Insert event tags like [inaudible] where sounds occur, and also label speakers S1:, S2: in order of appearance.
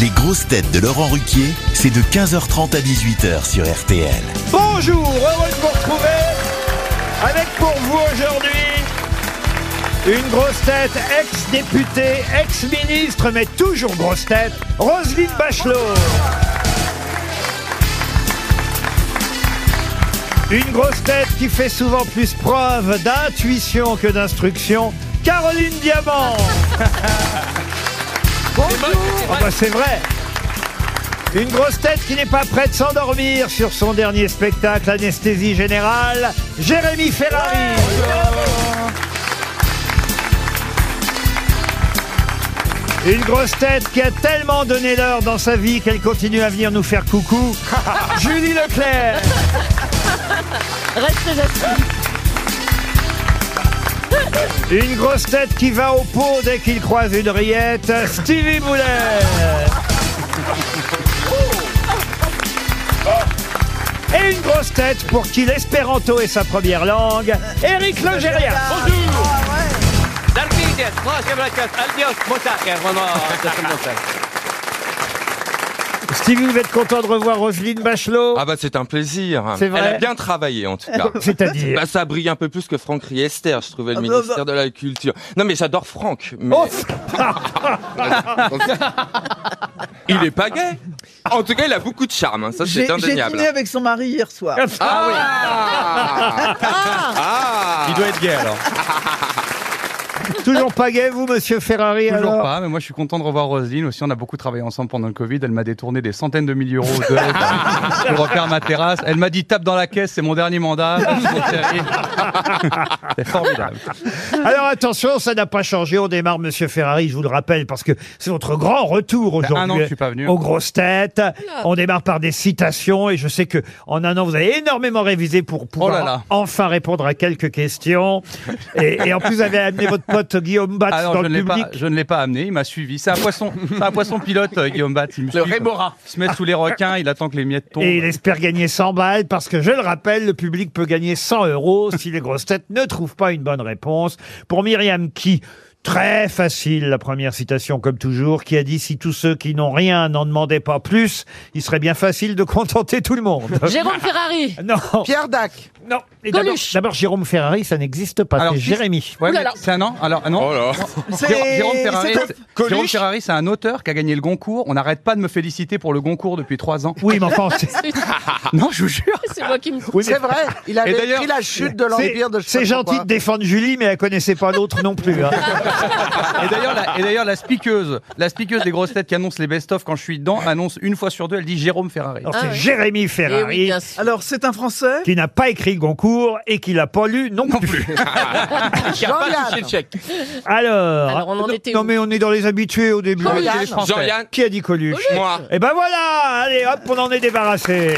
S1: Les grosses têtes de Laurent Ruquier, c'est de 15h30 à 18h sur RTL.
S2: Bonjour, heureux de vous retrouver avec pour vous aujourd'hui une grosse tête, ex-députée, ex-ministre, mais toujours grosse tête, Roselyne Bachelot. Une grosse tête qui fait souvent plus preuve d'intuition que d'instruction, Caroline Diamant. [laughs] Ah bah c'est vrai. Une grosse tête qui n'est pas prête de s'endormir sur son dernier spectacle, Anesthésie Générale, Jérémy Ferrari. Une grosse tête qui a tellement donné l'heure dans sa vie qu'elle continue à venir nous faire coucou, Julie Leclerc.
S3: Reste
S2: Une grosse tête qui va au pot dès qu'il croise une rillette, Stevie Boulet. Et une grosse tête pour qui l'espéranto est sa première langue, Eric Logérias. Stevie, vous êtes content de revoir Roselyne Bachelot
S4: Ah bah c'est un plaisir.
S2: Oh. C'est vrai
S4: Elle a bien travaillé en
S2: [laughs]
S4: tout cas.
S2: C'est-à-dire
S4: Bah ça brille un peu plus que Franck Riester, je trouvais le
S5: bah, bah.
S4: ministère de la Culture. Non mais j'adore Franck, mais
S2: Ah, Oh,
S4: [laughs] il est pas gay. En tout cas, il a beaucoup de charme, hein, ça
S5: J'ai
S4: c'est
S5: j'ai
S4: indéniable.
S5: dîné avec son mari hier soir.
S2: Ah.
S4: Ah Ah
S6: doit être gay alors.
S2: Toujours pas gay, vous, monsieur Ferrari,
S6: Toujours
S2: alors
S6: pas, mais moi je suis content de revoir Roselyne aussi. On a beaucoup travaillé ensemble pendant le Covid. Elle m'a détourné des centaines de milliers d'euros de l'aide pour refaire ma terrasse. Elle m'a dit tape dans la caisse, c'est mon
S2: [laughs]
S6: dernier mandat. C'est formidable.
S2: Alors attention, ça n'a pas changé. On démarre, Monsieur Ferrari, je vous le rappelle, parce que c'est votre grand retour
S6: Bah, un an que
S2: aujourd'hui
S6: je suis pas venu.
S2: aux grosses têtes. On démarre par des citations et je sais que en un an, vous avez énormément révisé pour pouvoir
S6: Oh là là.
S2: enfin répondre à quelques questions. et, et en plus, vous avez amené votre pote Guillaume Batz
S6: Ah non,
S2: dans
S6: je
S2: le
S6: ne l'ai
S2: public.
S6: pas, je ne l'ai pas amené. Il m'a suivi. C'est un poisson, c'est un poisson pilote, euh, Guillaume Batz. Il me suit. Il se met sous les requins. Il attend que les miettes tombent.
S2: Et il espère gagner 100 balles parce que, je le rappelle, le public peut gagner 100 euros si les grosses têtes ne trouvent pas une bonne réponse. Pour Myriam qui Très facile, la première citation, comme toujours, qui a dit si tous ceux qui n'ont rien n'en demandaient pas plus, il serait bien facile de contenter tout le monde.
S7: [laughs]
S3: Jérôme
S6: [laughs]
S3: Ferrari.
S2: non,
S5: Pierre Dac.
S2: non. Et d'abord-
S3: Coluche.
S2: D'abord, Jérôme Ferrari, ça n'existe pas.
S6: Alors,
S2: C'est
S6: si-
S2: Jérémy.
S6: Ouais,
S3: Oulala.
S6: mais c'est un an. Alors ah non.
S4: Oh là
S5: C'est-
S6: Jérôme Ferrari,
S5: c'est un-
S6: c'est- Jérôme Ferrari, c'est un auteur qui a gagné le Goncourt. On n'arrête pas de me féliciter pour le Goncourt depuis trois ans.
S2: Oui, mais enfin, c'est-
S5: Ah.
S6: Non, je vous jure.
S3: C'est moi qui me
S2: oui, mais
S7: C'est vrai, il avait
S6: d'ailleurs,
S7: écrit la [laughs] chute de l'Empire de je sais
S2: c'est
S7: pas
S2: gentil de
S7: quoi.
S2: défendre Julie, mais elle connaissait pas l'autre non plus.
S3: [laughs]
S2: hein.
S3: Ah
S6: Et d'ailleurs, la, et d'ailleurs, la speakeuse, la speakeuse des grosses têtes qui annonce les best-of quand je suis dedans, annonce une fois sur deux, elle dit Jérôme Ferrari.
S2: Alors,
S3: Ah
S2: c'est
S3: ouais.
S2: Jérémy
S3: Eh oui,
S2: Ferrari
S3: bien sûr.
S5: Alors, c'est un Français
S2: qui n'a pas écrit Goncourt et qui l'a pas lu non plus.
S7: Jean-Yann.
S2: Alors,
S3: Alors, on en
S2: non-
S3: était
S2: non
S3: où
S2: mais on est dans les habitués au début.
S3: Jean-Yann.
S6: Les Français.
S4: Jean-Yann,
S2: Qui a dit Coluche
S4: moi.
S2: Eh ben voilà, allez hop, on en est débarrassé.